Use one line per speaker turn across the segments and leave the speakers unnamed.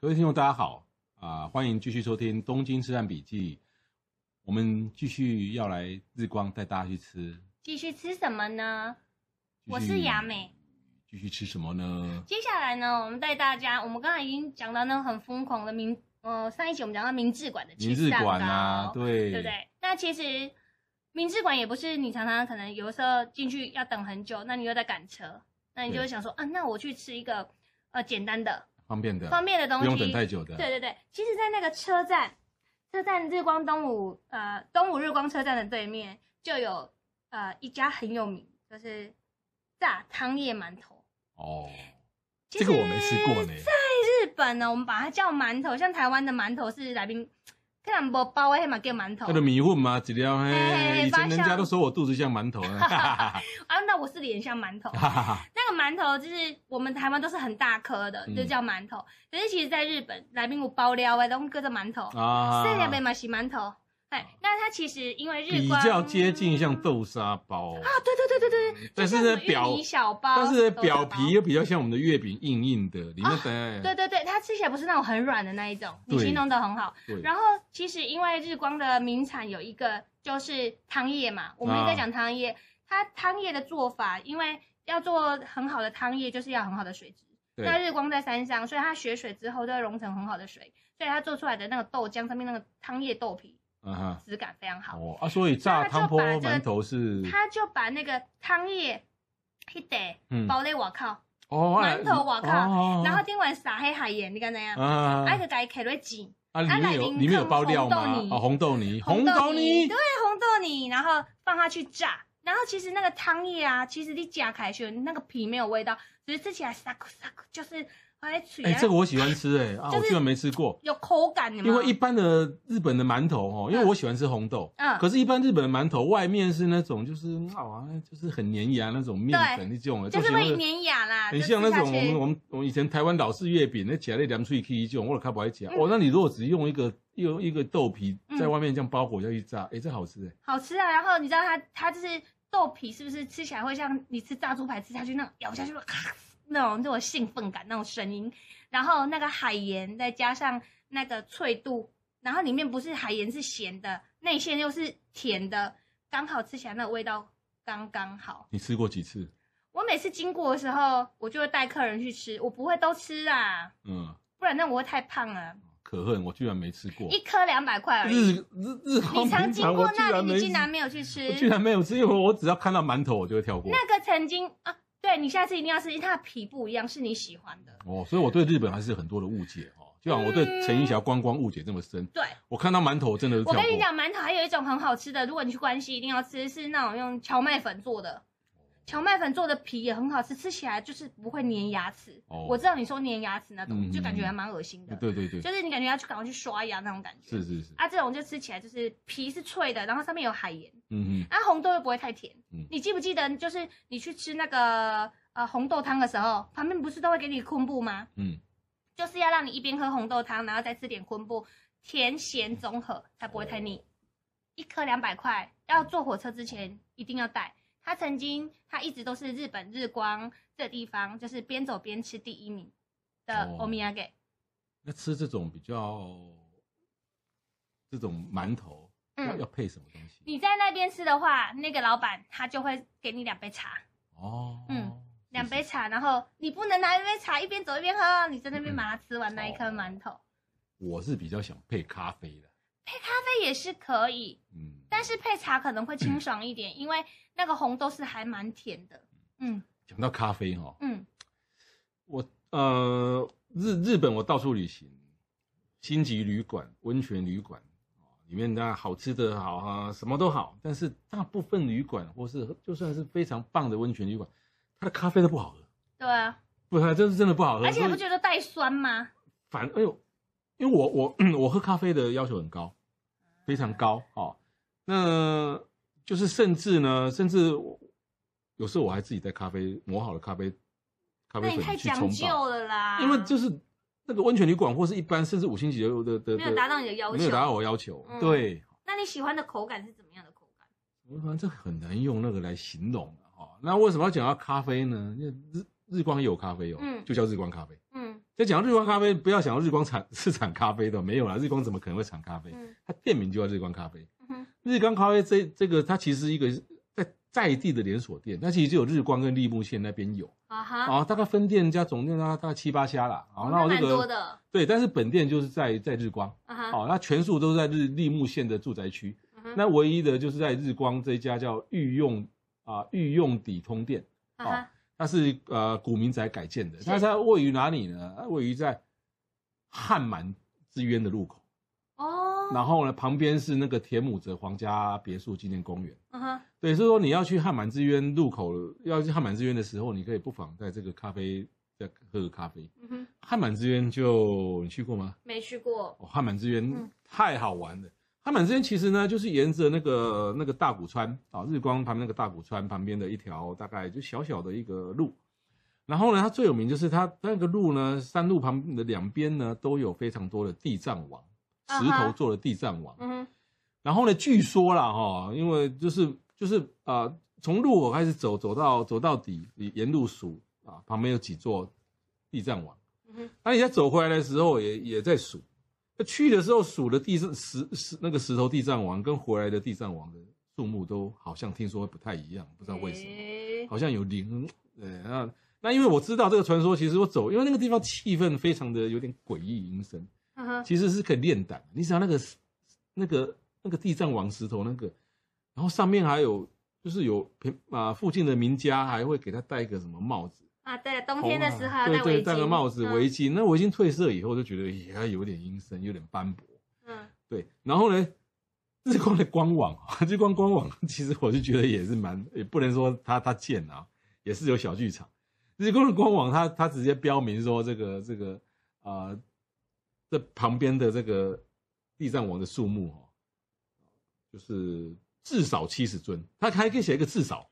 各位听众，大家好啊、欢迎继续收听《东京吃饭笔记》，我们继续要来日光带大家去吃。
继续吃什么呢？
继续
我是雅美。
继续吃什么呢？
接下来呢，我们带大家，我们刚才已经讲到那个很疯狂的明，呃，上一集我们讲到明治馆的
明
气
治
蛋糕，
馆啊，对
对不对？那其实明治馆也不是你常常可能有的时候进去要等很久，那你又在赶车，那你就会想说，啊，那我去吃一个呃简单的、
方便的，
方便的东
啊不
西，
用等太久的。
对对对，其实，在那个车站，车站日光东武，呃，东武日光车站的对面就有呃一家很有名，就是炸汤叶馒头。
哦，
其
这
实
个我没吃过呢。
在日本呢，我们把它叫馒头，像台湾的馒头是来宾，可能不包诶，嘛叫馒头
他。的迷混吗？只要
啊嘿
嘿，
嘿
以前
八
人
项
家都说我肚子像馒头呢。 哈
啊，那我是脸像馒头。
哈哈
那个馒头就是我们台湾都是很大颗的，
嗯
就叫馒头。可是其实，在日本，来宾有包料诶，都叫做馒头。
啊
这两杯嘛洗馒头。哎，那它其实因为日
比
光
较接近像豆沙包，
啊，对对对对对对，
但
就是像
呢
什么
表
芋泥小包，
但是呢
豆沙
表
包
皮又比较像我们的月饼硬硬的，里面
啊
等
对对对，它吃起来不是那种很软的那一种，你
对
形容的很好。
对
然后其实因为日光的名产有一个就是汤叶嘛，我们也在讲汤叶，它汤叶的做法，因为要做很好的汤叶，就是要很好的水质。
对
那日光在山上，所以它雪水之后都会融成很好的水，所以它做出来的那个豆浆上面那个汤叶豆皮
嗯哈，
质感非常好。
哦啊，所以炸
那它
汤
就
坡
把这个
馒头是
他就把那个汤液一得
嗯
包在外口，
哦
馒头外口然
然
后顶晚撒黑海盐，你敢怎样？
啊
哎，就给它放落井，
啊，里
啊
面
来
有
宾
里面有
放
包料
红
吗
豆？泥
哦，红豆泥，红
豆
豆泥
对，，啊红豆泥，然后放它去炸。然后其实那个汤液啊，其实你加开去，那个皮没有味道，只是吃起来沙咕沙咕，就是哎嘴
哎，
啊
这个我喜欢吃哎啊，
就是
我居然没吃过，
有口感的嘛。
因为一般的日本的馒头哦，因为我喜欢吃红豆，
嗯
可是，一般日本的馒头外面是那种就是啊，就是很黏牙那种面粉那种的，
就是
形容得
会粘牙啦，
很
就
像
吃
那
下
种我
去
们我们我们以前台湾老式月饼，那夹了两脆 K 一种，我都看不爱夹。
嗯
哦，那你如果只用一个用一个豆皮
嗯
在外面这样包裹下去炸，哎，这好吃哎。
好吃啊。然后你知道它它就是豆皮是不是吃起来会像你吃炸猪排吃下去那种咬下去咔那种那种兴奋感那种声音，然后那个海盐再加上那个脆度，然后里面不是海盐是咸的，内馅又是甜的，刚好吃起来那个味道刚刚好。
你吃过几次？
我每次经过的时候，我就会带客人去吃，我不会都吃啊，
嗯，
不然那我会太胖了。
可恨我居然没吃过。
一颗两百块而已，
日日日航
你常
平
经
常我
过
居
那
然
里，
没
你竟然没有去吃
我，居然没有吃，因为我只要看到馒头我就会跳过。
那个曾经啊，对你下次一定要吃，因为它的皮不一样，是你喜欢的。
哦，所以我对日本还是有很多的误解哦，就像我对陈云霞观光误解这么深。
对，
我看到馒头真的是
嗯我
跳过
跟你讲，馒头还有一种很好吃的，如果你去关西一定要吃，是那种用荞麦粉做的，
哦
荞麦粉做的皮也很好吃，吃起来就是不会粘牙齿。
哦
我知道你说粘牙齿那
嗯
种，就感觉还蛮恶心的，
对对对，
就是你感觉要去赶快去刷牙那种感觉。
是是是，
啊，这种就吃起来就是皮是脆的，然后上面有海盐，
嗯
啊，红豆又不会太甜。
嗯
你记不记得，就是你去吃那个呃红豆汤的时候，旁边不是都会给你昆布吗？
嗯，
就是要让你一边喝红豆汤，然后再吃点昆布，甜咸综合才不会太腻。一颗两百块，要坐火车之前一定要带。他曾经，他一直都是日本日光这地方，就是边走边吃第一名的
哦
欧米亚给。
那吃这种比较这种馒头，要
嗯
要，配什么东西？
你在那边吃的话，那个老板他就会给你两杯茶，
哦，
嗯，两杯茶，然后你不能拿一杯茶一边走一边喝，哦你在那边把它吃完那一颗
嗯哦
馒头，
我是比较想配咖啡的，
这也是可以。
嗯，
但是配茶可能会清爽一点，因为那个红豆是还蛮甜的。嗯
讲到咖啡哈，
嗯，
我呃日日本我到处旅行，星级旅馆、温泉旅馆。哦里面那好吃的好啊，什么都好，但是大部分旅馆或是就算是非常棒的温泉旅馆，它的咖啡都不好喝，
对啊，
不，它就是真的不好喝。
而且
所以
你不觉得带酸吗？
反哎呦，因为我我我喝咖啡的要求很高，非常高哦。那就是甚至呢，甚至我有时候我还自己带咖啡磨好了咖啡咖
那
啡
你太
粉去
讲
冲
究
泡，
了啦，
因为就是那个温泉旅馆或是一般甚至五星级的的的
没有达到你的要求，
没有达到我要求，
嗯
对，
那你喜欢的口感是怎么样的口感？
我反正很难用那个来形容啊哦。那为什么要讲到咖啡呢？因为日日光也有咖啡哦，
嗯
就叫日光咖啡。
嗯
在讲到日光咖啡，不要想到日光产是产咖啡的，没有啦，日光怎么可能会产咖啡？
嗯
它店名就叫日光咖啡。
嗯哼
日光咖啡这这个，它其实一个在在地的连锁店，那其实就有日光跟立木县那边有
啊哈，
啊，大概分店加总店大概大概七八家啦。啊，
哦
那我
蛮
这
多
个
的
对，但是本店就是在在日光，
啊哈，
哦，那全数都在日立木县的住宅区。
嗯哼
那唯一的就是在日光这一家叫御用啊、御用底通店，
啊哈，
它是呃古民宅改建的，
是
它是在位于哪里呢？它位于在汉满之渊的路口，
哦，
然后呢旁边是那个田母泽皇家别墅纪念公园。
嗯哼，
对，所以说你要去汉满之渊路口，要去汉满之渊的时候，你可以不妨在这个咖啡再喝个咖啡。
嗯哼，
汉满之渊就你去过吗？
没去过，
哦，汉满之渊、
嗯
太好玩了。汉满之渊其实呢，就是沿着那个那个大谷川啊、日光旁边那个大谷川旁边的一条大概就小小的一个路。然后呢，它最有名就是它它那个路呢，山路旁边的两边呢都有非常多的地藏王，
啊
石
哈
头做的地藏王。
嗯哼，
然后呢，据说啦哈、因为就是就是啊、呃从路口开始走，走到走到底，你沿路数啊，旁边有几座地藏王。
嗯哼，
那你在走回来的时候也也在数，那去的时候数的地上石石那个石头地藏王跟回来的地藏王的数目都好像听说会不太一样，不
不
知道为什么，
么，
好像有灵。对，那那因为我知道这个传说，其实我走，因为那个地方气氛非常的有点诡异阴森，
嗯哼，
其实是可以练胆。你想那个那个那个地藏王石头那个，然后上面还有就是有平啊附近的名家还会给他戴一个什么帽子。
啊，对，冬天的时候还
啊对
要
对，
围
戴
巾，嗯
个帽子、围巾。那围巾褪色以后，就觉得也有点阴森，有点斑驳。
嗯，
对，然后呢，日光的官网，啊日光官网，其实我就觉得也是蛮，也不能说它它贱啊，也是有小剧场。日光的官网它，它直接标明说这个这个呃，这旁边的这个地藏王的数目哦，就是至少七十尊，它还可以写一个至少，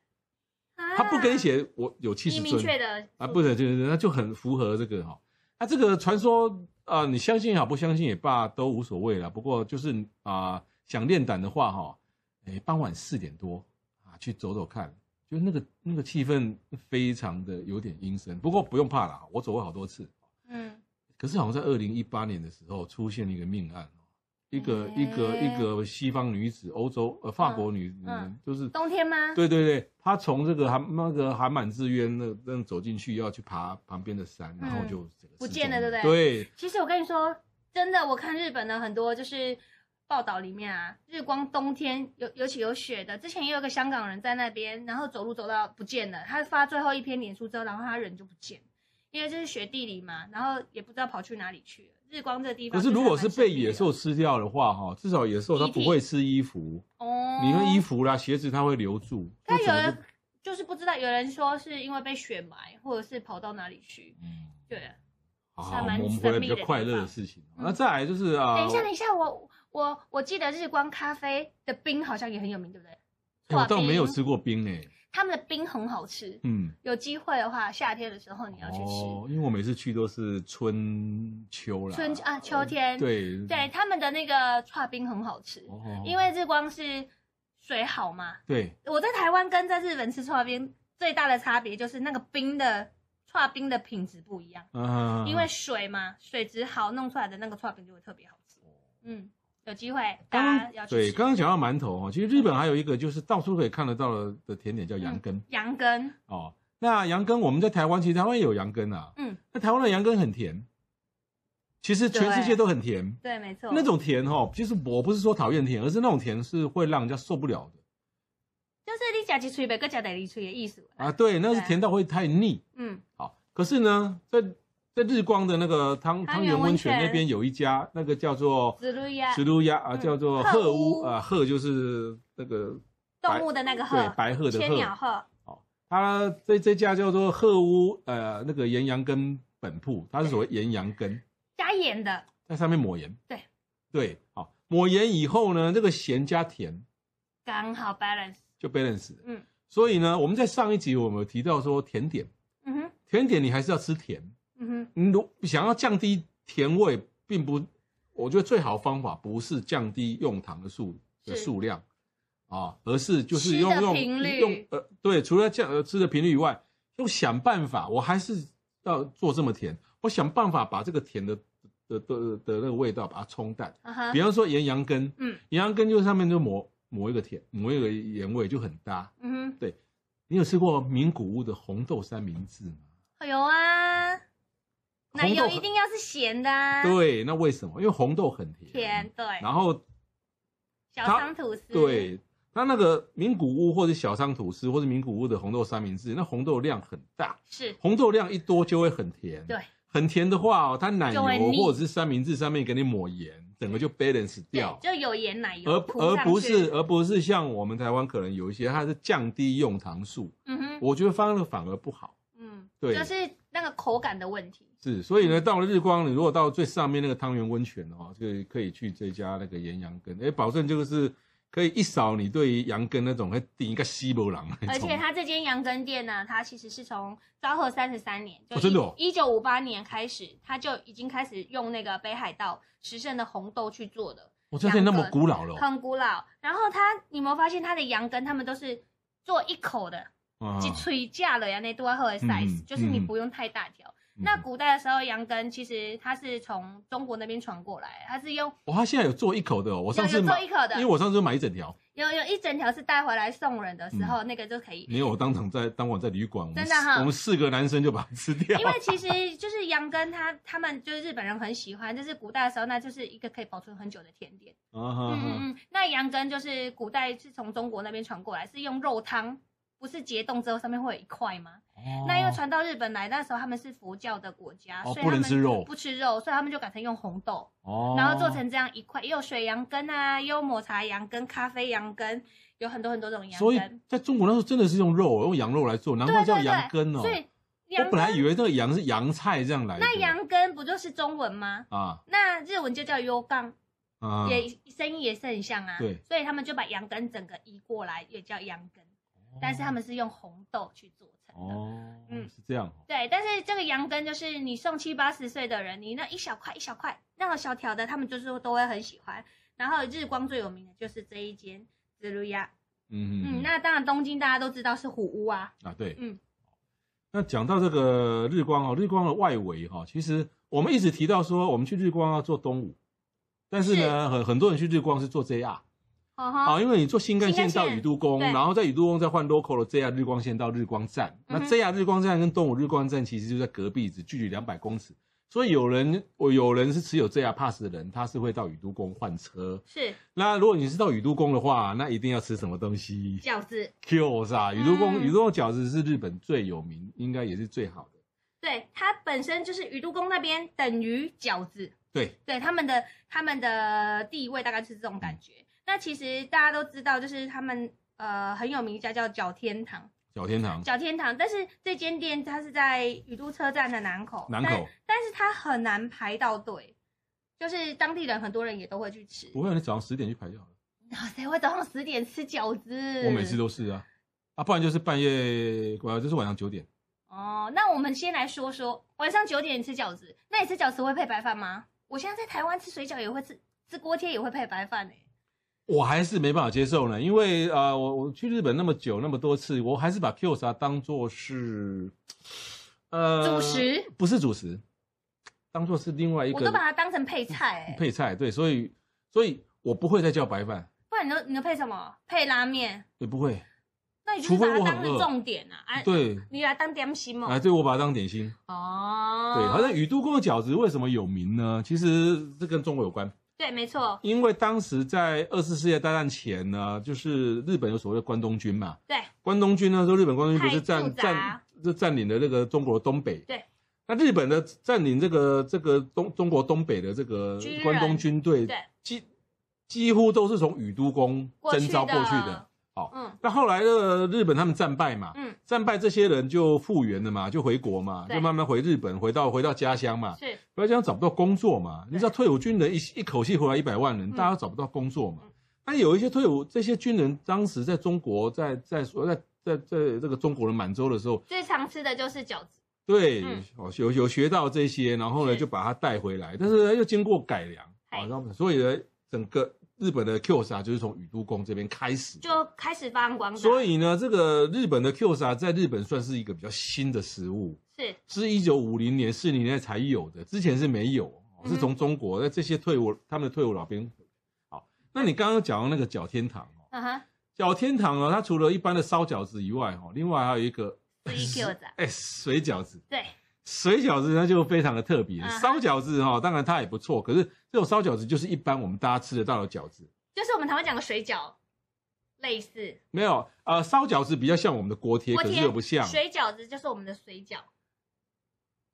嗯
它不跟你，
啊
写我有七十
你
尊，
明确的
啊，不
是，
是，就是那就很符合这个哈、那、这个传说啊、呃你相信也好，不相信也罢，都无所谓了。不过就是啊、想练胆的话哈、哎，傍晚四点多啊，去走走看，就那个那个气氛非常的有点阴森。不过不用怕啦，我走过好多次。
嗯，
可是好像在二零一八年的时候出现了一个命案哦，一个、一个
哎
一个西方女子，欧洲呃法国女，
嗯
嗯、就是
冬天吗？
对对对，他从这个韩那个韩满之渊那那走进去，要去爬旁边的山，然后就整个
不
失
见了
踪
对不
对？
其实我跟你说，真的，我看日本的很多就是报道里面啊，日光冬天尤尤其有雪的，之前也有个香港人在那边，然后走路走到不见了，他发最后一篇脸书之后，然后他人就不见了，因为这是雪地里嘛，然后也不知道跑去哪里去了。日光这个地
可
方，
是如果是被野兽，吃掉的话，哈，至少野兽它
遗体
不会吃衣服，
哦，
你的衣，服啦、鞋子它会留住。
但
就
有
整个
人就是不知道，有人说是因为被雪埋，或者是跑到哪里去，
嗯，
对。啊
好
是
好，
蛮
我们回来比较
神秘的
快乐
地
的
方
事情。
嗯
那再来就是啊，
等一下，等一下，我我我记得日光咖啡的冰好像也很有名，对不对？
哎我倒
冰
没有吃过冰诶、
他们的冰很好吃，
嗯，
有机会的话，夏天的时候你要去吃。，
因为我每次去都是春哦秋啦，
春啊，秋天，
对
对，他们的那个串冰很好吃，
哦
因为日光是水好嘛。
对
我在台湾跟在日本吃串冰最大的差别就是那个冰的串冰的品质不一样，
啊，
因为水嘛，水质好弄出来的那个串冰就会特别好吃。嗯，有机会大家要去
对，
吃
哦刚刚讲到馒头哦，其实日本还有一个就是到处可以看得到的的甜点叫
嗯
羊羹、
羊羹，
哦。那羊羹我们在台湾其实台湾也有羊羹啊，
嗯，
那台湾的羊羹很甜，其实全世界都很甜。
对，没错，
那种甜哦，其实我不是说讨厌甜，而是那种甜是会让人家受不了的
就是你夹几吹呗，各夹点一吹的艺术。
啊。对，那是甜到会太腻。
嗯，
好，可是呢，在在日光的那个汤汤
汤圆
圆
温
温泉
泉
那边有一家，那个叫做
紫露呀
石，路鸭啊，
嗯
叫做
鹤
鹤
屋
屋啊，鹤就是那个
动物的那个鹤，
对白鹤的
千
鹤，
鸟鹤，
它这这家叫做鹤屋呃那个盐羊羹本铺，它是所谓盐羊羹
加盐的，
在上面抹盐。
对
对，好，抹盐以后呢，这个咸加甜
刚好 balance。
就 balance 了。
嗯
所以呢，我们在上一集我们有提到说甜点，
嗯哼
甜点你还是要吃甜。
嗯哼，
你如想要降低甜味，并不，我觉得最好的方法不是降低用糖的数
是
的数量啊，而是就是
吃
用
的
用
频率
用呃，对，除了降呃吃的频率以外，用想办法，我还是要做这么甜，我想办法把这个甜的的的的那个味道把它冲淡。
啊哈
比，方说盐羊羹，
嗯
盐羊羹就是上面就抹抹一个甜，抹一个盐味就很搭。
嗯哼，
你有吃过名古屋的红豆三明治吗？
有啊，奶
红豆
油
很
一定要是咸的啊，
对，那为什么？因为红豆很甜。
甜对，
然后
小
它
仓吐司，，
对它那个名古屋或者小商吐司或者名古屋的红豆三明治，那红豆量很大，
是，
红豆量一多就会很甜。
对，
很甜的话哦，它奶
就会
油
腻嗯
或者是三明治上面给你抹盐，整个就 balance 掉
对，，就有盐奶
而
油涂
而
上去，
不是而不是像我们台湾可能有一些它是降低用糖数，
嗯哼，
我觉得反而反而不好。
嗯，
对
就是那个口感的问题，
是，所
嗯
以呢，到了日光，你如果到最上面那个汤圆温泉哦，就可以去这家那个盐羊羹，哎，保证就是可以一扫你对于羊羹那种会顶一个西伯狼那种。
而且它这间羊羹店呢，它其实是从昭和三十三年，就
哦真的哦
一九五八年开始，它就已经开始用那个北海道时盛的红豆去做的，
我这店那么古老了哦、
很古老。然后它，你有没有发现它的羊羹，他们都是做一口的，
啊
几吹架了呀，那多喝的 size，、
嗯
就是你
嗯
不用太大条。
嗯
那古代的时候，羊羹其实它是从中国那边传过来，它是用
哇，他现在有做一口的、哦，我
有
上次
有做
买，
一口的
因为，我上嗯次买一整条，
有有一整条是带回来送人的时候，那个就可以。
没有，我当场在当晚在旅馆，我们
真的哈
我们四个男生就把它吃掉。
因为其实就是羊羹它，他们就是日本人很喜欢，就是古代的时候，那就是一个可以保存很久的甜点。
啊哈
嗯
哈，
嗯嗯，那羊羹就是古代是从中国那边传过来，是用肉汤，不是解冻之后上面会有一块吗？
哦
嗯那因为传到日本来，那时候他们是佛教的国家，
哦
所以
不
他
能
们
吃肉
不吃肉，所以他们就改成用红豆，
哦
然后做成这样一块，也有水羊羹啊，也有抹茶羊羹、咖啡羊羹，有很多很多种羊
所以
羹。
在中国那时候真的是用肉，用羊肉来做，难怪
对
叫
对对
羊羹哦。
所以
我
羊
本来
羹
以为那个羊是洋菜这样来的。
那羊羹不就是中文吗？
啊
那日文就叫优杠，
啊，
也声音也是很像啊。
对，
所以他们就把羊羹整个移过来，也叫羊羹，但是他们是用红豆去做成的。
哦，
嗯
是这样哦。
对，但是这个羊羹就是你送七八十岁的人，你那一小块一小块那种小条的，他们就是都会很喜欢。然后日光最有名的就是这一间紫路鸭，
嗯
嗯，那当然东京大家都知道是虎屋啊，
啊对，
嗯，
那讲到这个日光哦，日光的外围哈、哦，其实我们一直提到说我们去日光要坐东武，但是呢，很很多人去日光是坐 JR
哦
啊，
吼，
因为你坐新干线
新干
到
线
宇都宫，
对
然后在宇都宫再换 local 的 JR 日光线到日光站，那
嗯哼
JR 日光站跟东武日光站其实就在隔壁，只距离两百公尺。所以有人，我有人是持有 JR pass 的人，他是会到宇都宫换车，
是
那如果你是到宇都宫的话，那一定要吃什么东西
饺子，
？Q 啊，宇都宫
嗯
宇都宫饺子是日本最有名，应该也是最好的。
对，它本身就是宇都宫那边等于饺子，
对，
对他们的他们的地位大概就是这种
嗯
感觉。那其实大家都知道，就是他们呃很有名一家叫角天堂，
小天堂
角天堂，但是这间店它是在宇都车站的南口，
南
但
口，
但是它很难排到队，就是当地人很多人也都会去吃。
不会，你早上十点去排就好了。
谁会早上十点吃饺子？
我每次都是啊，啊，不然就是半夜，我就是晚上九点，
哦，那我们先来说说晚上九点你吃饺子，那你吃饺子会配白饭吗？我现在在台湾吃水饺也会吃，吃锅贴也会配白饭呢、欸
我还是没办法接受呢，因为呃，我我去日本那么久那么多次，我还是把 Q 啥当做是，呃，
主食。
不是主食，当做是另外一
我都把
个
它当成配菜、欸，
配菜。对，所以所以我不会再叫白饭，
不然你都你都配什么？配拉面？
也不会。
那你就是
除非
把
我
它
很
当成
饿
重点啊！啊，
对，
你把它当点心嘛
啊，。对我把它当点心。
哦，
对，好像宇都宫的饺子为什么有名呢？其实这跟中国有关，
对，没错，
因为当时在二次世界大战前呢，就是日本有所谓的关东军嘛。
对，
关东军呢，说日本关东军不是
太复
占占
杂
就占领了那个中国东北。
对。
那日本的占领这个这个东中国东北的这个
军人
关东军队，
对
几几乎都是从宇都宫
过去
征召过去的。好，
嗯
那后来的日本他们战败嘛，
嗯，
战败这些人就复原了嘛，就回国嘛，
对
就慢慢回日本，回到回到家乡嘛，
是
不要这样找不到工作嘛。你知道退伍军人一一口气回来一百万人，
嗯
大家都找不到工作嘛
嗯。
那有一些退伍这些军人，当时在中国，在在在在在这个中国人满洲的时候，
最常吃的就是饺子，
对，
嗯
哦有有学到这些，然后呢
是哎
就把它带回来，但是呢又经过改良，
嗨
啊，然后所以呢，整个日本的 Q 杀就是从宇都宫这边开始的，
就开始发扬光大。
所以呢，这个日本的 Q 杀在日本算是一个比较新的食物，
是
是一九五零年、四零年代才有的，之前是没有，哦
嗯
是从中国那这些退伍他们的退伍老兵。好，那你刚刚讲到那个角天堂哦，
嗯哼，
角天堂哦呢，它除了一般的烧饺子以外，哦，另外还有一个
是 一 Q 子啊，
哎水饺子。
对，
水饺子它就非常的特别
嗯，哼
烧饺子哈、当然它也不错，可是这种烧饺子就是一般我们大家吃得到的饺子，
就是我们台湾讲的水饺，类似
没有呃，烧饺子比较像我们的锅贴，
锅
可是
贴
又不像，
水饺子，就是我们的水饺，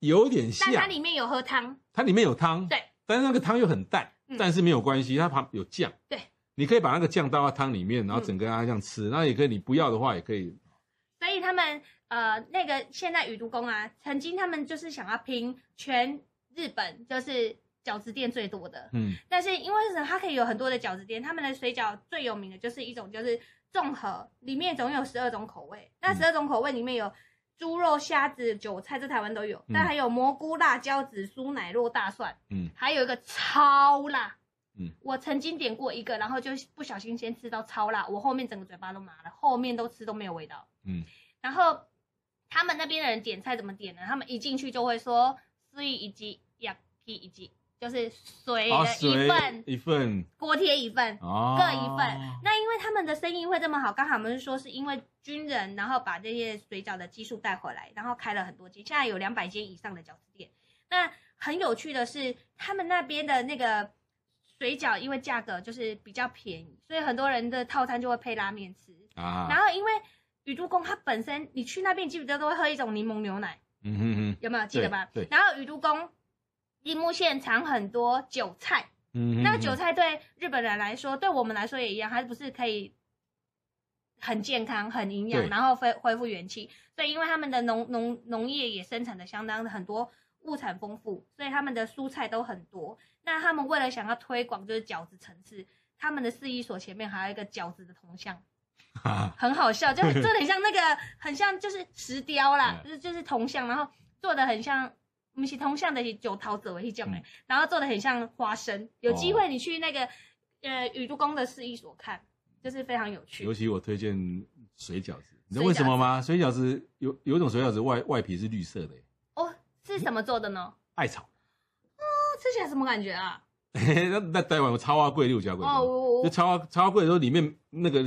有点像
但，它里面有喝汤，
它里面有汤，
对，
但是那个汤又很淡，
嗯
但是没有关系，它旁有酱，
对，嗯
你可以把那个酱倒到汤里面，然后整个让它这样吃，那也可以，你不要的话也可以，
所以他们呃，那个现在宇都宫啊，曾经他们就是想要拼全日本，就是饺子店最多的。
嗯，
但是因为什么？它可以有很多的饺子店，他们的水饺最有名的就是一种就是综合，里面总共有十二种口味。那
嗯
十二种口味里面有猪肉、虾子、韭菜，这台湾都有。
嗯
但还有蘑菇、辣椒籽、酥奶肉、大蒜，
嗯，
还有一个超辣。
嗯，
我曾经点过一个，然后就不小心先吃到超辣，我后面整个嘴巴都麻了，后面都吃都没有味道。
嗯，
然后他们那边的人点菜怎么点呢？他们一进去就会说“水以及呀皮以及”，就是水
好，
的哎一份，
一份，
锅贴一份，
哦，
各一份。那因为他们的生意会这么好，刚好我们是说是因为军人，然后把这些水饺的技术带回来，然后开了很多间，现在有两百间以上的饺子店。那很有趣的是，他们那边的那个水饺，因为价格就是比较便宜，所以很多人的套餐就会配拉面吃。然
啊，
后因为宇都宫它本身，你去那边基本上都会喝一种柠檬牛奶，
嗯哼哼，
有没有记得
对
吧？
对
然后宇都宫樱木县产很多韭菜，
嗯哼
那
哼
韭菜对日本人来说，对我们来说也一样，它不是可以很健康、很营养，
对
然后恢恢复元气。所以因为他们的农农农业也生产的相当的很多物产丰富，所以他们的蔬菜都很多。那他们为了想要推广就是饺子城市，他们的市役所前面还有一个饺子的铜像。
哈哈
很好笑， 就真的很像那个，很像就是石雕啦，
嗯
就是就是铜像，然后做的很像，我们是铜像的九桃子为酱哎
嗯，
然后做的很像花生。有机
哦
会你去那个、呃宇都宫的市役所看，就是非常有趣
尤。其我推荐水饺子，你知道
水饺
为什么吗？水饺子有有一种水饺子外外皮是绿色的耶，
哦，是什么做的呢？
艾草。
哦，吃起来什么感觉啊？
嘿 嘿那那台湾有超花贵六家贵，
哦，我
就
我
超花超花贵的时候，里面那个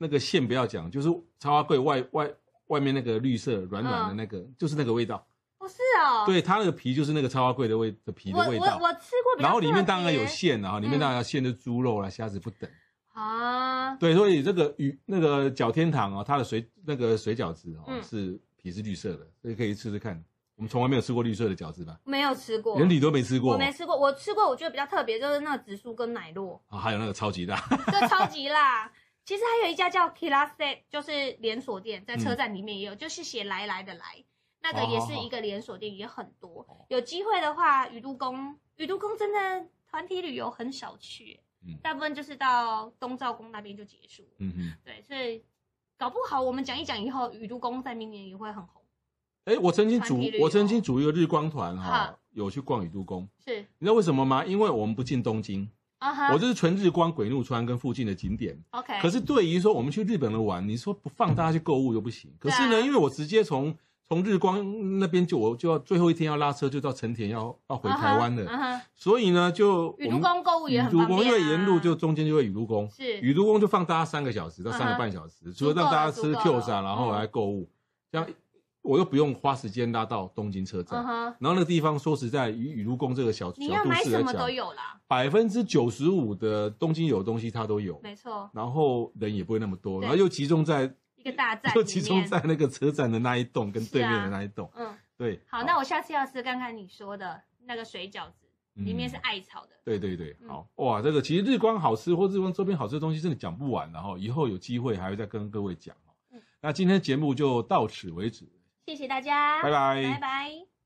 那个馅不要讲，就是超花贵外外外面那个绿色软软的那个，就是那个味道。
不是嗯哦，，
对，它那个皮就是那个超花贵的味的皮
我
的味
我
道。
我吃过比较特别，
然后里面当然有馅啊，里面
嗯
当然有馅的猪肉啦、虾子不等。
啊，
对，所以这个鱼那个角天堂哦，它的水那个水饺子哦、
嗯
是皮是绿色的，所以可以试试看。我们从来没有吃过绿色的饺子吧？
没有吃过，
连你都没吃过
我，没吃过，我吃过，我觉得比较特别就是那个紫苏跟奶酪。
啊还有那个超级大，
这超级辣。其实还有一家叫 Kilase，就是连锁店，
嗯
在车站里面也有，就是写“来来”的“来”，那个也是一个连锁店，也很多
哦。
有机会的话，宇都宫，宇都宫真的团体旅游很少去，
嗯
大部分就是到东照宫那边就结束。
嗯哼。
对，所以搞不好我们讲一讲以后，宇都宫在明年也会很红。
哎，我曾经
团
组
体旅游
我曾经组一个日光团哈、
哈
有去逛宇都宫，
是
你知道为什么吗？因为我们不进东京，
啊哈、
我这是纯日光鬼怒川跟附近的景点。
o k
可是对于说我们去日本的玩，你说不放大家去购物又不行。可
对啊
是呢，因为我直接从从日光那边就我就要最后一天要拉车就到成田要要回台湾了，
啊哈、
所以呢就
宇
我
都
们
宫购物也
宇
很
都
方便、
宫，
啊，
因为沿路就中间就会宇都宫，
是
宇都宫就放大家三个小时到
嗯哼
三个半小时，除
足够
了让大家
了足
吃
够
Q
了
啥，然后
嗯
来购物，这样我又不用花时间拉到东京车站
嗯。哼，
然后那个地方，说实在，以雨露宫这个小
你
小
要
都
买
市
什
来
么都
讲，
有啦，
百分之九十五的东京有的东西它都有，
没错，
然后人也不会那么多，
对
然后又集中在
一个大站里
又
面。啊
集中在那个车站的那一栋跟对面的那一栋，
嗯，
对。
好，那我下次要吃看看你说的那个水饺子，里面是
嗯
艾草的。
对对对，
嗯
好哇，这个其实日光好吃或日光周边好吃的东西真的讲不完，然后以后有机会还会再跟各位讲哦
嗯。
那今天节目就到此为止，
谢谢大家，
拜拜
拜拜。